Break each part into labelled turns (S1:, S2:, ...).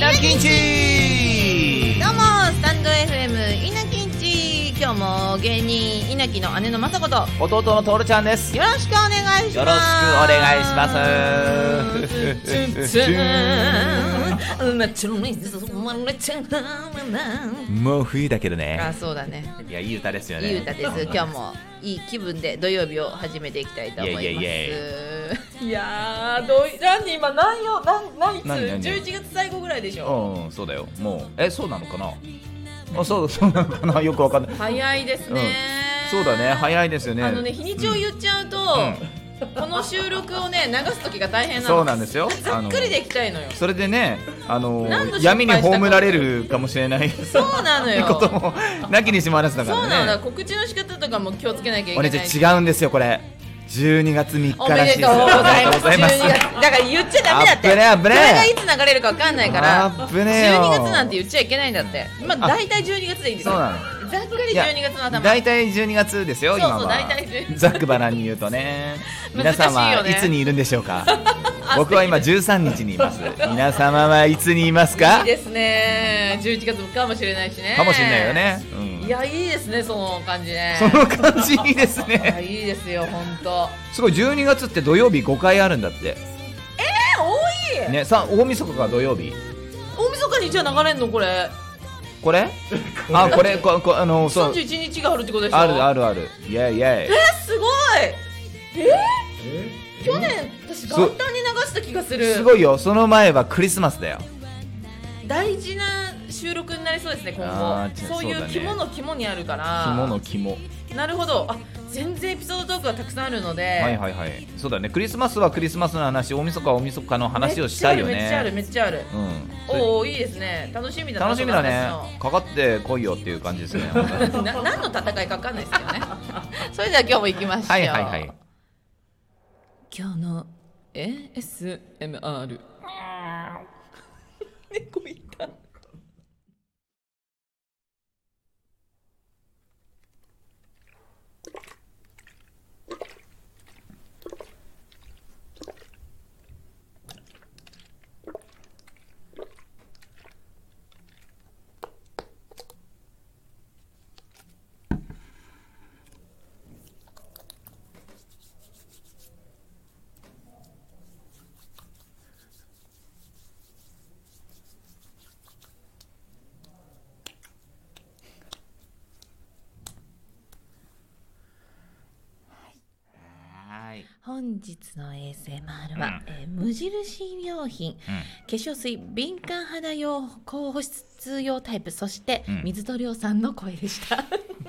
S1: ラキンチ
S2: どうもスタンド FM 稲城んち今日も芸人稲城の姉の雅子とよ
S1: 弟のトールちゃんですよ
S2: ろしくお願いしま
S1: ろしくお
S2: す
S1: 願いしますもう冬だけど
S2: あ
S1: ね
S2: そうだね
S1: いやいい歌ですよ
S2: い
S1: ね
S2: い歌です今日もいい気分で土曜日を始めていきたいと思います
S1: イェイイェ
S2: いやーどうい何今何曜何何
S1: 何何
S2: つ11月最後ぐらいでしょ
S1: うんうんそうだよもうえそうなのかなあそうそうなのかなよくわかんない
S2: 早いですね、
S1: そうだね早いですよね
S2: あのね日にちを言っちゃうと、この収録をね流す時が大変なの
S1: そうなんですよ
S2: ざっくりできちゃいのよ
S1: それでねあの
S2: 何の心配したか
S1: 闇に葬られるかもしれ ない
S2: そうなのよ
S1: こともなきにしもあらずだか
S2: そうな
S1: ら
S2: のだ
S1: ね
S2: 告知の仕方とかも気をつけなきゃいけ
S1: お姉
S2: ない
S1: ちゃん違うんですよこれ12月3
S2: お
S1: 日
S2: め
S1: らしい
S2: で
S1: です
S2: とうございます
S1: ありがとうご
S2: 12
S1: ざい
S2: 月だから言っちゃダメだって
S1: あぶねえあぶねえ
S2: それがいつ流れるか分かんないから
S1: あぶねえよ
S2: 12月なんて言っちゃいけないんだってまあ大体12月でいいんですよ
S1: そう
S2: ざ
S1: なの
S2: っくり12月の頭
S1: だいたい12月ですよ
S2: そうそう
S1: 今は
S2: 大体12
S1: ざっくばらんに言うと ね皆
S2: 難しい
S1: 様
S2: よ
S1: い
S2: ね
S1: つにいるんでしょう か僕は今13日にいます皆様はいつにいます
S2: い
S1: か
S2: いですね11月かもしれないしね
S1: かもしれないよね、う
S2: い
S1: ん、
S2: やいいですねその感じね
S1: その感じいいです
S2: いや
S1: ね
S2: いいですよ本当。
S1: すごい12月って土曜日5回あるんだって
S2: え多い、
S1: ねさ大晦日が土曜日
S2: 大晦日にじゃあ流れんのこれ
S1: こ れあこれここあのそう
S2: 31日があるってことでしょ
S1: あるあ
S2: る
S1: るあるイェイイェイ
S2: えすごいえ去年私
S1: そう
S2: 元旦に流した気がする
S1: すごいよその前はクリスマスだよ
S2: 大事な収録になりそうですね
S1: あ
S2: 今
S1: ー
S2: 後
S1: ちょ
S2: そうい
S1: そうだね
S2: う肝の肝にあるから
S1: 肝の肝
S2: なるほどあ全然エピソードトークがたくさんあるので、
S1: はいはいはいそうだねクリスマスはクリスマスの話大晦日は大晦日の話をしたいよね
S2: めっちゃあるめっちゃあるめっちゃ
S1: う
S2: ある
S1: んそれ
S2: おおいいですね楽しみだな
S1: 楽しみだねかかってこいよっていう感じです ねは
S2: な何の戦いかわかんないですけ どねそれでは今日も行きましょう
S1: いはいはい
S2: 今日の ASMR 猫いた
S1: はい
S2: 本日の ASMR は、えー無印良品、化粧水敏感肌用高保湿用タイプそして、
S1: うん
S2: 水戸亮さんの声でした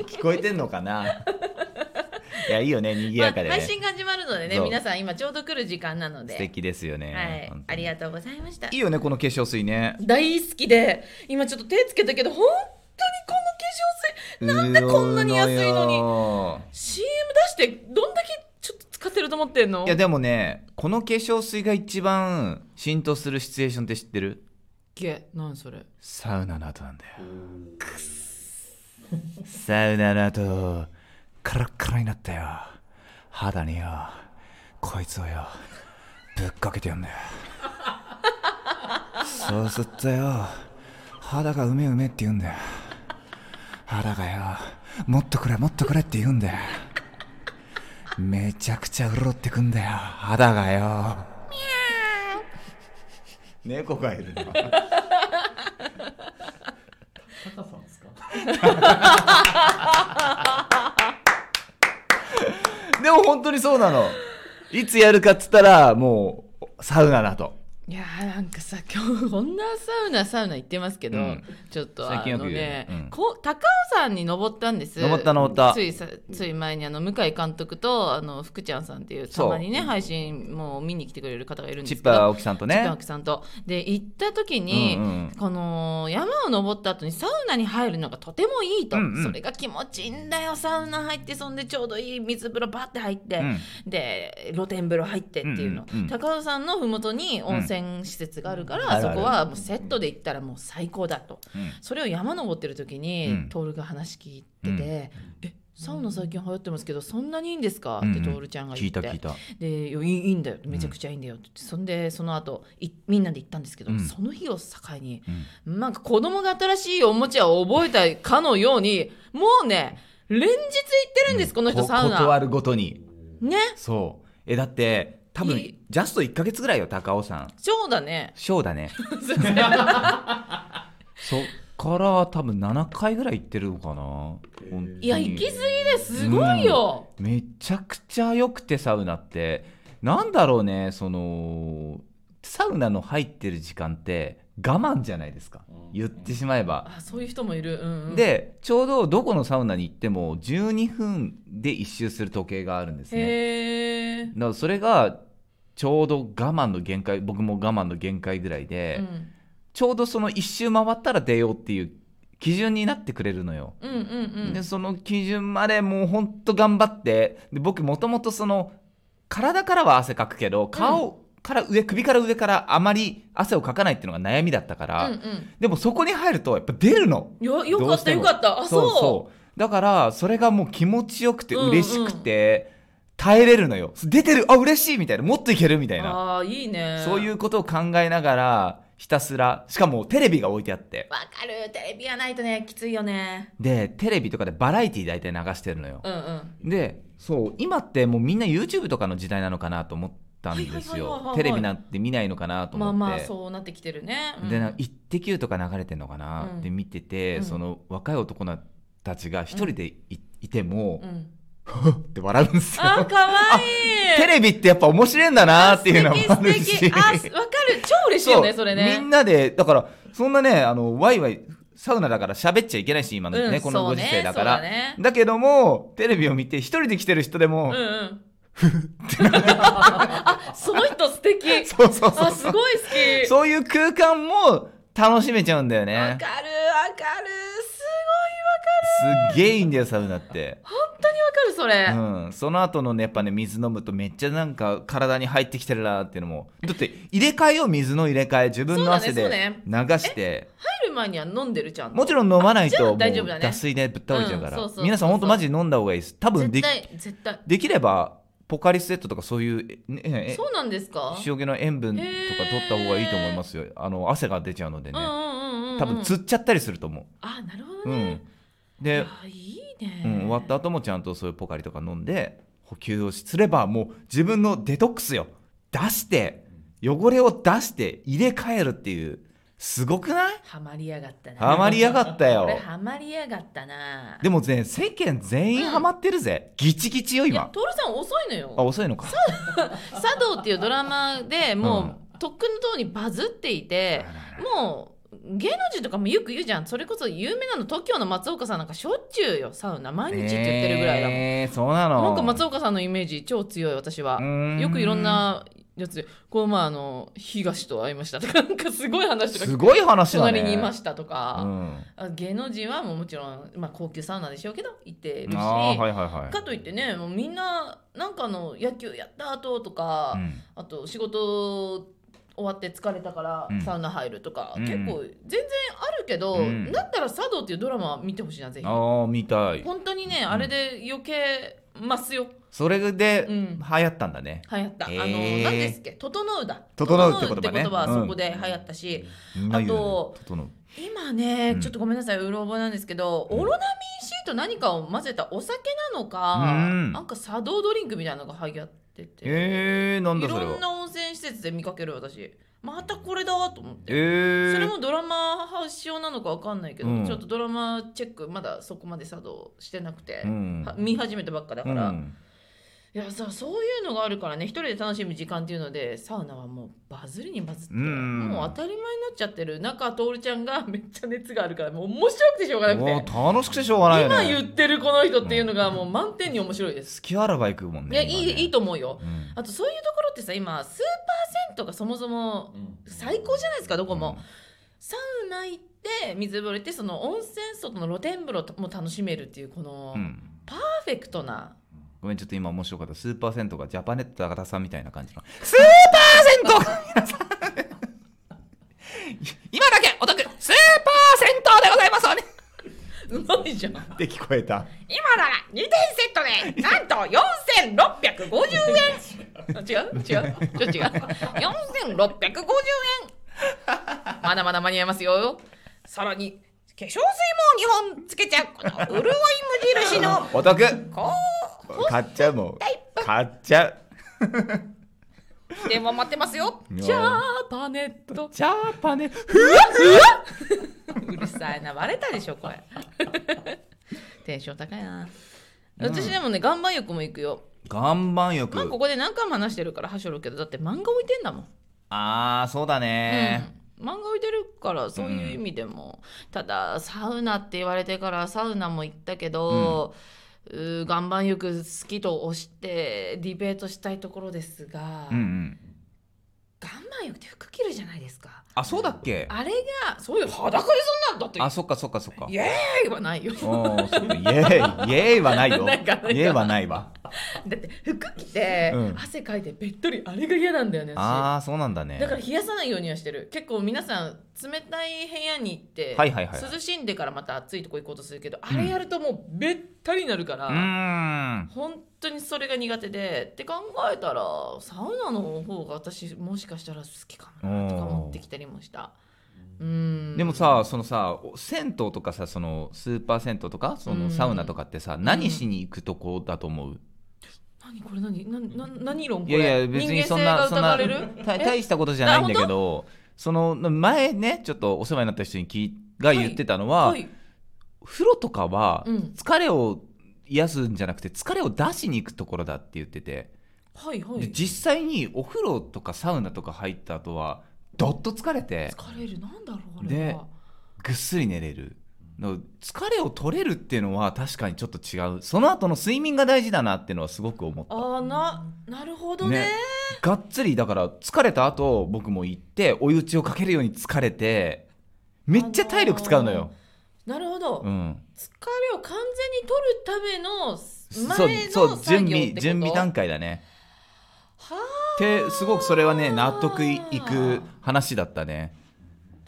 S1: 聞こえてんのか ないやいいよね賑やかで
S2: まあ 配
S1: ね
S2: 信が始まるのでね
S1: そう
S2: 皆さん今ちょうど来る時間なので
S1: 素敵ですよね
S2: は
S1: 本
S2: い、
S1: 当
S2: あ
S1: に
S2: りがとうございました
S1: いいよねこの化粧水ね
S2: 大好きで今ちょっと手つけたけど本当にこの化粧水なんでこんなに安いの
S1: に
S2: に CM 出してどんだけちょっと使ってると思ってんの
S1: いやでもねこの化粧水が一番浸透するシチュエーションって知ってる
S2: げ何それ
S1: サウナの後なんだよサウナの後カラッカラになったよ肌によこいつをよぶっかけてやんだよそうすったよ肌がうめうめって言うんだよ肌がよもっとくれもっとくれって言うんだよめちゃくちゃ潤ってくんだよ肌がよ猫がいるな
S3: 高さんですか。
S1: でも本当にそうなの。いつやるかっつったら、もう、サウナだと。
S2: いやーなんかさ 今日こんなサウナサウナ行ってますけど、
S1: うん
S2: ちょっと
S1: 最
S2: あ
S1: 近よく
S2: の
S1: 言う
S2: ね、
S1: うん
S2: こ高尾山に登ったんです
S1: 登った登った
S2: ついさつい前にあの向井監督とあの福ちゃんさんっていうた
S1: そう
S2: まにね配信もう見に来てくれる方がいるんです
S1: チ
S2: けど
S1: ッパー青木さんと
S2: チップ
S1: ね
S2: 青。木さんとで行った時に、
S1: うんうん
S2: この山を登った後にサウナに入るのがとてもいいと、
S1: うんうん
S2: それが気持ちいいんだよサウナ入ってそんでちょうどいい水風呂バッて入って、
S1: うん
S2: で露天風呂入ってっていうの、
S1: うんうんうん
S2: 高尾山の麓に温泉施設があるか
S1: うんあ
S2: ら、
S1: るあ
S2: そ
S1: る
S2: こはもうセットで行ったらもう最高だと、
S1: うん
S2: それを山登ってる時に、
S1: うん
S2: トールが話聞いてて、えサウナ最近流行ってますけどそんなにいいんですか?」
S1: うん
S2: っ
S1: う
S2: て
S1: ん
S2: トールちゃんが
S1: 聞
S2: 言
S1: い
S2: って、
S1: た聞いた
S2: でいやいいいいんだよめちゃくちゃいいんだよって言って、そんでその後いみんなで行ったんですけど、
S1: うん
S2: その日を境に、なんか子供が新しいおもちゃを覚えたかのようにもうね連日行ってるんです、この人
S1: こ
S2: サウナ
S1: 断るごとに
S2: ね
S1: そうえだって多
S2: い
S1: 分
S2: い
S1: ジャスト1か月ぐらいよ高尾さん
S2: そう だね
S1: ショーだ ねそっから多分7回ぐらい行ってるのかな本当に
S2: いや行き過ぎですごいよ、
S1: めちゃくちゃ良くてサウナってなんだろうねそのサウナの入ってる時間って我慢じゃないですか
S4: うん
S1: 言ってしまえば、
S2: あそういう人もいる、うんうん、
S1: でちょうどどこのサウナに行っても12分で一周する時計があるんですね
S2: へえ、
S1: だからそれがちょうど我慢の限界僕も我慢の限界ぐらいで、
S2: うん、
S1: ちょうどその一周回ったら出ようっていう基準になってくれるのよ、
S2: うんうんうん
S1: でその基準までもうほんと頑張ってで僕もともとその体からは汗かくけど顔から上、首から上からあまり汗をかかないっていうのが悩みだったから、
S2: うんうん
S1: でもそこに入るとやっぱ出るの
S2: よよか
S1: どう
S2: っ
S1: したて
S2: よ
S1: も
S2: かったあそう
S1: うだからそれがもう気持ちよくて
S2: うんうん
S1: 嬉しくて、耐えれるのよ出てるあ嬉しいみたいなもっといけるみたいな
S2: ああいいね
S1: そういうことを考えながらひたすらしかもテレビが置いてあって
S2: わかるテレビがないとねきついよね
S1: でテレビとかでバラエティー大体流してるのよ、
S2: うんうん
S1: でそう今ってもうみんな YouTube とかの時代なのかなと思ったんです
S2: はいはいはいはい
S1: よ
S2: はい
S1: テレビなんて見ないのかなと
S2: ま
S1: 思
S2: あ
S1: って、
S2: まあそうなってきてるね、うん
S1: でな「イッテ Q!」とか流れてんのかなって見てて、
S2: うん
S1: その若い男たちが一人でい,、いても
S2: う、ん、
S1: って笑うんですよ
S2: あかわいい
S1: テレビってやっぱ面白いんだなっていうのもある
S2: 素
S1: し
S2: 敵素敵あすわかる超嬉しいよねそれね
S1: みんなでだからそんなねあのワイワイサウナだから喋っちゃいけないし今のね、
S2: うん
S1: このご時世だから
S2: そうねそうだ
S1: だ
S2: ね
S1: けどもテレビを見て一人で来てる人でも、
S2: うんうんあその人素敵
S1: そうそうそう
S2: あすごい好 き
S1: そういう空間も楽しめちゃうんだよ
S2: わか
S1: ね
S2: るわかるす
S1: すっげえいいんだよサウナって、
S2: ごいわかるそれ、
S1: うん、その後のねやっぱね水飲むとめっちゃなんか体に入ってきてるなっていうのもだって入れ替えよ水の入れ替え自分の汗
S2: そうだ
S1: で
S2: ね
S1: 流して、
S2: 入る前には飲んでるちゃんと
S1: もちろん飲まない
S2: あじゃあ
S1: ともう
S2: 大丈夫だね
S1: 脱水でぶっ倒れちゃうから、
S2: うんそうそうそうそう
S1: 皆さん本当マジで飲んだ方がいいです多分で
S2: 絶
S1: き
S2: 対絶対
S1: できればポカリスエットとかそういう、えねえ
S2: そうなんですか
S1: 塩気の塩分とか取った方がいいと思いますよあの汗が出ちゃうのでね、
S2: うんうんうんうん
S1: 多分つっちゃったりすると思
S2: あなるほ
S1: う、
S2: ど
S1: う
S2: ね
S1: ん、、で
S2: あいいね、
S1: うん、終わった後もちゃんとそういうポカリとか飲んで補給をすればもう自分のデトックスよ出して汚れを出して入れ替えるっていうすごくない
S2: ハマりやがったな
S1: ハマりやがった
S2: こ
S1: よ
S2: れハマりやがったな
S1: でもね世間全員ハマってるぜ、ギチギチよ
S2: いや
S1: 今
S2: 徹さん遅い
S1: あ
S2: のよ
S1: 遅いのか
S2: 「茶道」っていうドラマでもう、とっくのとうにバズっていてもう芸能人とかもよく言うじゃんそれこそ有名なの TOKIO の松岡さんなんかしょっちゅうよサウナ毎日って言ってるぐらいだもん、
S1: えー、そうなの
S2: なんか松岡さんのイメージ超強い私は
S1: うーん
S2: よくいろんなやつでこの前あの東と会いましたとかなんかすごい話とか聞く
S1: すごい話だね
S2: 隣にいましたとか
S1: う、ん、
S2: あ芸能人はもうもちろん、まあ、高級サウナでしょうけど行ってるし、
S1: ああはいはいはい
S2: かといってねもうみんななんかあの野球やった後とか、
S1: うん
S2: あと仕事終わって疲れたから
S1: うん
S2: サウナ入るとか、
S1: うん
S2: 結構全然あるけど、
S1: うん
S2: だったら「茶道」っていうドラマ見てほしいなぜひ本
S1: ああ見たい
S2: 当にねあれで余計ますよ
S1: それで
S2: う
S1: 流
S2: ん
S1: 行ったんだね、
S2: 流行った、
S1: へー
S2: あの何ですっけ「整うだ」
S1: 整うって言葉ね
S2: 整は
S1: うん
S2: そこで流行ったし、
S1: みんな言うよね
S2: あと
S1: 整う
S2: 今ね、
S1: うん
S2: ちょっとごめんなさいうろ覚えなんですけど、
S1: うん
S2: オロナミン C と何かを混ぜたお酒なのか、
S1: うん
S2: なんか茶道ドリンクみたいなのが流行ってて、
S1: えー、なん
S2: い
S1: だそれ
S2: ろ
S1: は
S2: んな温泉施設で見かける私またこれだと思って、
S1: えー、
S2: それもドラマ発祥なのかわかんないけど、
S1: うん
S2: ちょっとドラマチェックまだそこまで茶道してなくて、
S1: うん
S2: は見始めたばっかだから、
S1: うん
S2: いやさそういうのがあるからね一人で楽しむ時間っていうのでサウナはもうバズりにバズって、
S1: うん
S2: もう当たり前になっちゃってる中徹ちゃんがめ っちゃ熱があるからもう面白くてしょうがなく
S1: うわ
S2: て
S1: 楽しくてしょうがないよ
S2: 今
S1: ね
S2: 言ってるこの人っていうのがもう満点に面白いです、
S1: 好きあらば行くもん
S2: いや
S1: ね
S2: いい,、いい
S1: と、
S2: と思うよ
S1: うん
S2: あとそういうところってさ今スーパー銭湯がそもそも最高じゃないですかどこも、サウナ行って水風呂行ってその温泉外の露天風呂も楽しめるっていうこの
S1: う
S2: パー
S1: ん
S2: フェクトな、
S1: ごめんちょっと今面白かったスーパーセントがジャパネット高田さんみたいな感じの スーパーセントが皆さん今だけお得スーパーセントでございますわね
S2: うまいじゃん。
S1: って聞こえた
S2: 今なら2点セットでなんと4650円違う違うちょっと違う4650円まだまだ間に合いますよさらに化粧水も2本つけちゃうこの潤い無印の
S1: お得
S2: こ
S1: 買っちゃうもん買っちゃ
S2: う電話待ってますよ
S1: う
S2: じゃあパネット
S1: うジャーパネ
S2: うるさいな割れたでしょこれテンション高いな私でもね岩盤浴も行くよ
S1: 岩盤浴
S2: まあここで何回も話してるからはしょるけどだって漫画置いてんだもん
S1: ああそうだね、
S2: うん、漫画置いてるからそういう意味でも、ただサウナって言われてからサウナも行ったけど、うー岩盤浴好きと押してディベートしたいところですが、
S1: うんうん
S2: 岩盤浴って服着るじゃないですか
S1: あそうだっけ
S2: あれがそういう裸でそんなんだって
S1: あそっかそっかそっか
S2: イエーイはないよ
S1: おーそうかイエーイイエーイはないよイ
S2: なんかなんか
S1: エーイはないわ
S2: だって服着て、
S1: うん
S2: 汗かいてべっとりあれが嫌なんだよね私
S1: ああそうなんだね
S2: だから冷やさないようにはしてる結構皆さん冷たい部屋に行って、
S1: はいはいはい
S2: 涼しんでからまた暑いとこ行こうとするけど、
S1: ん
S2: あれやるともうべったりになるから、
S1: うーん
S2: 本当にそれが苦手でって考えたらサウナの方が私もしかしたら好きかもなとか思ってきたりもしたうん
S1: でもさそのさお銭湯とかさそのスーパー銭湯とかそ
S2: うん
S1: のサウナとかってさ、何しに行くとこだと思う、
S2: 何これ何なな何論こ
S1: い
S2: れ
S1: やいや別にそんな
S2: 人
S1: そん
S2: 間性が疑
S1: な
S2: われる
S1: 大
S2: え
S1: 大したことじゃないんだけどその前ねちょっとお世話になった人に聞いが言ってたのは、
S2: はい
S1: 風呂とかは
S2: うん
S1: 疲れを癒すんじゃなくて疲れを出しに行くところだって言ってて、
S2: はいは
S1: で
S2: い
S1: 実際にお風呂とかサウナとか入った後はどっと疲れて
S2: 疲れるなんだろうあれは
S1: でぐっすり寝れるの疲れを取れるっていうのは確かにちょっと違うその後の睡眠が大事だなっていうのはすごく思った
S2: ああななるほどね
S1: ねがっつりだから疲れた後僕も行って追い打ちをかけるように疲れてめっちゃ体力使うのよ、
S2: なるほど、
S1: うん
S2: 疲れを完全に取るための
S1: そう
S2: 前
S1: そ
S2: の
S1: う
S2: 作
S1: 準
S2: 業っ
S1: 備
S2: てこと
S1: 準備段
S2: は
S1: 階だね
S2: あ
S1: ってすごくそれはね納得いく話だったね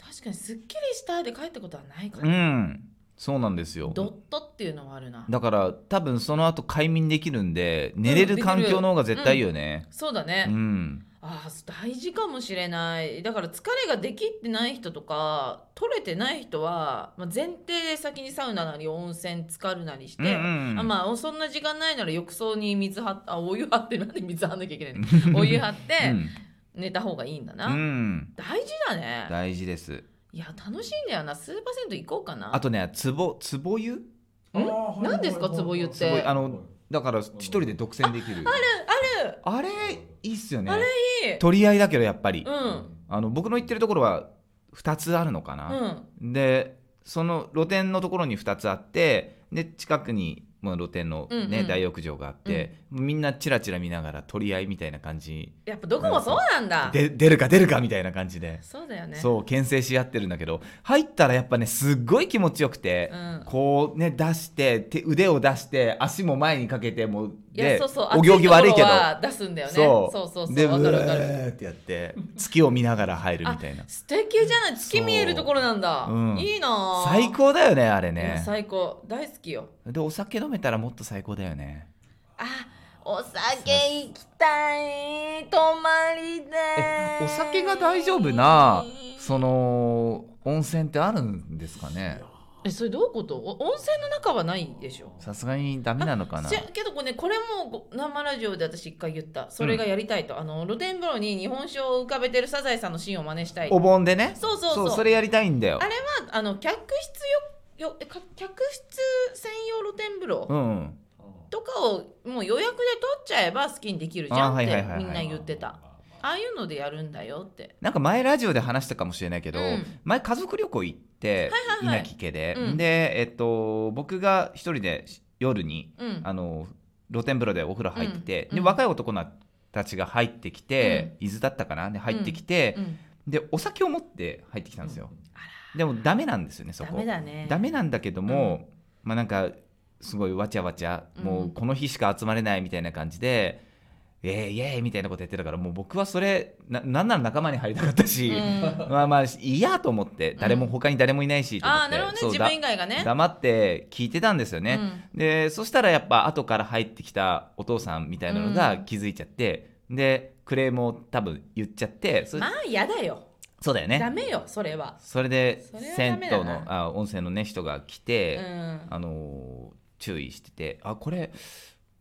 S2: 確かにすっきりしたで帰ったことはないか
S1: う
S2: ら、
S1: んそうなんですよ
S2: ドットっていうのはあるな
S1: だから多分その後快眠できるんで寝れる環境の方が絶対いいよね
S2: そうだ
S1: う
S2: ね、
S1: ん
S2: ああ大事かもしれないだから疲れができてない人とか取れてない人は、まあ、前提で先にサウナなり温泉浸かるなりして、
S1: うんうん
S2: あまあそんな時間ないなら浴槽に水張っあお湯張ってなんで水張んなきゃいけないのお湯張って
S1: うん
S2: 寝た方がいいんだな、
S1: うん
S2: 大事だね
S1: 大事です
S2: いや楽しいんだよなスーパーセント行こうかな
S1: あとねつぼつぼ湯
S4: あーはい
S2: 何ですか
S4: はいはい
S2: 壺湯って
S1: つぼ湯あのだから一人で独占できる
S2: ある
S1: あれいいっすよね
S2: あれいい
S1: 取り合いだけどやっぱり
S2: う
S4: うん
S2: ん
S1: あの僕の言ってるところは2つあるのか
S2: う
S1: な、
S2: ん
S1: でその露店のところに2つあってで近くにもう露店の、ね
S2: うんうん
S1: 大浴場があって、みんなチラチラ見ながら取り合いみたいな感じ
S2: やっぱどこもそうなんだ
S1: で出るか出るかみたいな感じで、
S2: そうだよね
S1: そう牽制し合ってるんだけど入ったらやっぱねすっごい気持ちよくて、
S2: うん
S1: こうね出して手腕を出して足も前にかけてもう
S2: いや
S1: で
S2: そうそう
S1: お行儀悪いけど
S2: 暑ところは出すんだよね
S1: そう
S2: そうそうそう
S1: で
S2: わかるわか
S1: う
S2: る
S1: えーってやって月を見ながら入るみたいな
S2: 素敵じゃない月見えるところなんだ
S1: そううん
S2: いいなあ
S1: 最高だよねあれ
S2: いや
S1: ね
S2: 最高大好きよ
S1: でお酒飲めたらもっと最高だよね
S2: あお酒行きたい泊まりで
S1: えお酒が大丈夫なその温泉ってあるんですかね
S2: えそれどういうことお温泉の中はないでしょ
S1: さすがにダメなのかな
S2: せけどこれ,、ね、これもご生ラジオで私一回言ったそれがやりたいと、あの露天風呂に日本酒を浮かべてるサザエさんのシーンを真似したい
S1: お盆でね
S2: そうそうそう
S1: それやりたいんだよ
S2: あれはあの客室よよえか客室専用露天風呂
S1: うんうん
S2: とかをもう予約で取っちゃえば好きにできるじゃん
S1: あ
S2: っ
S1: はいはい
S2: て
S1: はいはい
S2: みんな言ってたああいうのでやるんだよって
S1: なんか前ラジオで話したかもしれないけど、
S2: うん
S1: 前家族旅行行って、
S2: はいはいはい
S1: 稲城家で、
S2: うん
S1: で、えっと、僕が一人で夜に
S2: うん
S1: あの露天風呂でお風呂入ってて、
S2: うん
S1: で
S2: うん
S1: 若い男たちが入ってきて、伊豆だったかなで入ってきて
S2: う、ん
S1: でお酒を持って入ってきたんですよ、でもダメなんですよねそ
S2: ダ
S1: こ
S2: メだね
S1: ダメなんだけども、まあなんかすごいわちゃわちゃ、
S2: うん
S1: もうこの日しか集まれないみたいな感じでえー、イエーイみたいなことやってたからもう僕はそれななんなら仲間に入りたかったし、
S2: うん
S1: まあまあいいやと思って誰も他に誰もいないしと思って、
S2: あーなるほどね
S1: そう
S2: 自
S1: だ
S2: 分以外がね
S1: 黙って聞いてたんですよね、でそしたらやっぱ後から入ってきたお父さんみたいなのが気づいちゃって、でクレームを多分言っちゃって
S2: う
S1: そ,、
S2: んまあやだよ
S1: そうだよ
S2: ダ
S1: ね
S2: メよそれは
S1: それで
S2: それはダ
S1: 銭
S2: メ
S1: 湯
S2: だな
S1: のあ温泉のね人が来
S2: う
S1: て、
S2: ん
S1: あのー注意しててあこれ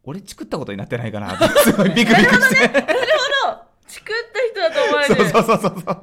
S1: 俺チクったことになってないかなって すごいビクビクして、
S2: チクった人だと思われて
S1: そう
S2: る
S1: そうそうそうそう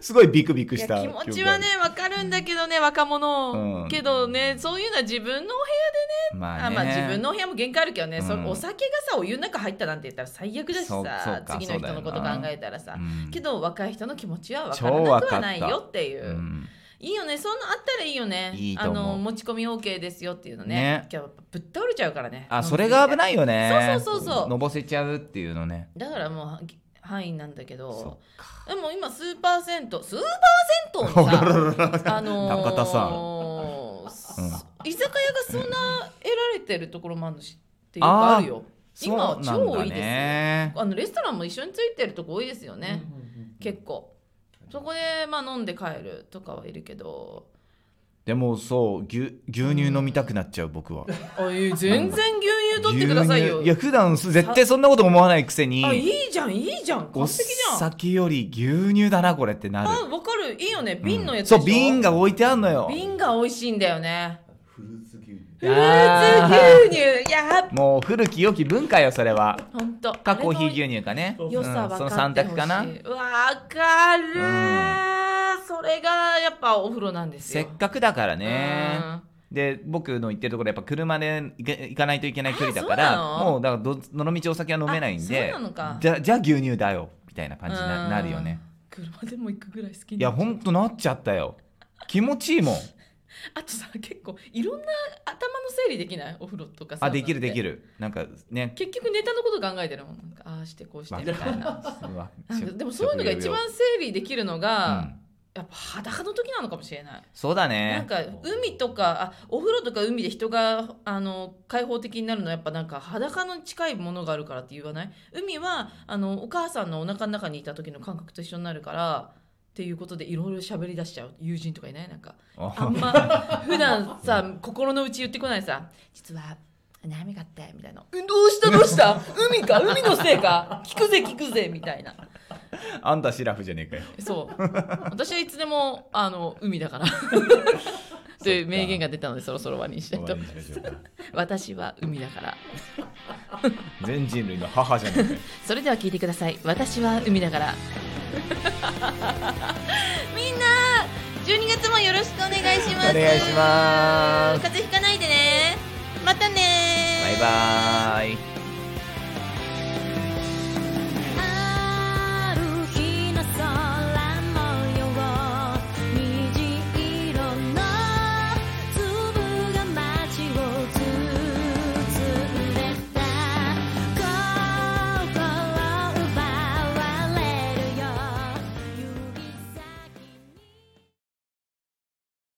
S1: すごいビクビク
S2: い
S1: し
S2: や
S1: た
S2: 気持ちはねわかるんだけどね若者を、
S1: うん
S2: けどねそういうのは自分のお部
S1: 記憶がま
S2: 屋、
S1: あ、ね、
S2: あまあ自分のお部屋も限界あるけどね、
S1: うん
S2: そお酒がさお湯の中入ったなんて言ったら最悪だし
S1: そうそう
S2: さ
S1: か
S2: 次の人のこと
S1: そう
S2: 考
S1: だよな
S2: えたらさ、
S1: うん
S2: けど若い人の気持ちは分
S1: 超
S2: からな
S1: わ
S2: く
S1: か
S2: は
S1: った
S2: ないよっていう
S1: う、ん
S2: いいよねそんなあったらいいよね
S1: いいと思う
S2: あの持ち込み OK ですよっていうのね
S1: ね
S2: 今日ぶっ倒れちゃうからね
S1: あそれが危
S2: い
S1: ないよね
S2: そうそうそうそう
S1: のぼせちゃうっていうのね
S2: だからもうは範囲なんだけ
S1: そ
S2: どでも今スーパー銭湯スーパー銭湯に
S1: あ
S2: さ
S1: らららら
S2: あのー、
S1: 中田さん
S2: す
S1: うん
S2: 居酒屋がそんな得られてるところもあるしっていうかあるよ今は
S1: そうなん
S2: 超
S1: だ
S2: 多いですよ
S1: ね
S2: あのレストランも一緒についてるとこ多いですよね、
S4: うんうんうんうん
S2: 結構そこでまあ飲んで帰るとかはいるけど
S1: でもそう牛牛乳飲みたくなっちゃう僕は
S2: あいい全然牛乳取ってください
S1: 牛
S2: よ
S1: 乳いや普段す絶対そんなこと思わないくせに
S2: あいいじゃんいいじゃん完
S1: お
S2: 璧じゃん
S1: 酒より牛乳だなこれってな
S2: あ
S1: る
S2: わかるいいよね瓶のやつ
S1: そ
S2: でしょ、
S1: う瓶が置いてあんのよ
S2: 瓶が美味しいんだよね
S4: フルーツ牛乳
S2: フルーツ牛乳やっ
S1: もう古き良き文化よそれは
S2: ほんと
S1: かコーヒー牛乳かね
S2: 良さ
S1: うん
S2: 分
S1: その
S2: かっ
S1: 三
S2: てほしい、
S1: 択かな
S2: わかるー、それがやっぱお風呂なんです
S1: せ
S2: よ
S1: っかくだから
S2: う
S1: ね
S2: ん
S1: で僕の行ってるところやっぱ車で行け行かないといけない距離だか
S2: あそう
S1: ら
S2: なの
S1: もうだからどどの道お酒は飲めないんで
S2: あそうなのか
S1: じゃじゃあ牛乳だよみたいな感じに
S2: う
S1: なんなるよね
S2: 車でも行くぐらい好きに
S1: いやほ
S2: ん
S1: んとなっちゃったよ気持ちいいもん
S2: あとさ結構いろんな頭の整理できないお風呂とかさ
S1: あできるでき
S2: る
S1: るなんかね
S2: 結局ネタのこと考えてるもんなんかああしてこうしてみたいな
S1: うわ
S2: なん かでもそういうのが一番整理できるのが、
S1: うん
S2: やっぱ裸の時なのかもしれない
S1: そうだ
S2: なん
S1: ね
S2: か海とかあお風呂とか海で人があの開放的になるのはやっぱなんか裸の近いものがあるからって言わない海はあのお母さんのお腹の中にいた時の感覚と一緒になるからっていうことでいろいろ喋り出しちゃう友人とかいないなんかあんま 普段さ心の内言ってこないさ実は悩みがあってみたいなうんどうしたどうした海か海のせいか聞くぜ聞くぜみたいな
S1: あんたシラフじゃねえかよ
S2: そう。私はいつでも、あの、海だから。という名言が出たので、そろそろ終わりにしたいと。私は海だから。
S1: 全人類の母じゃねえかよ
S2: それでは聞いてください。私は海だ から。みんな、12月もよろしくお願いします。
S1: お願いします
S2: 風邪ひかないでね。またね
S1: バイバーイ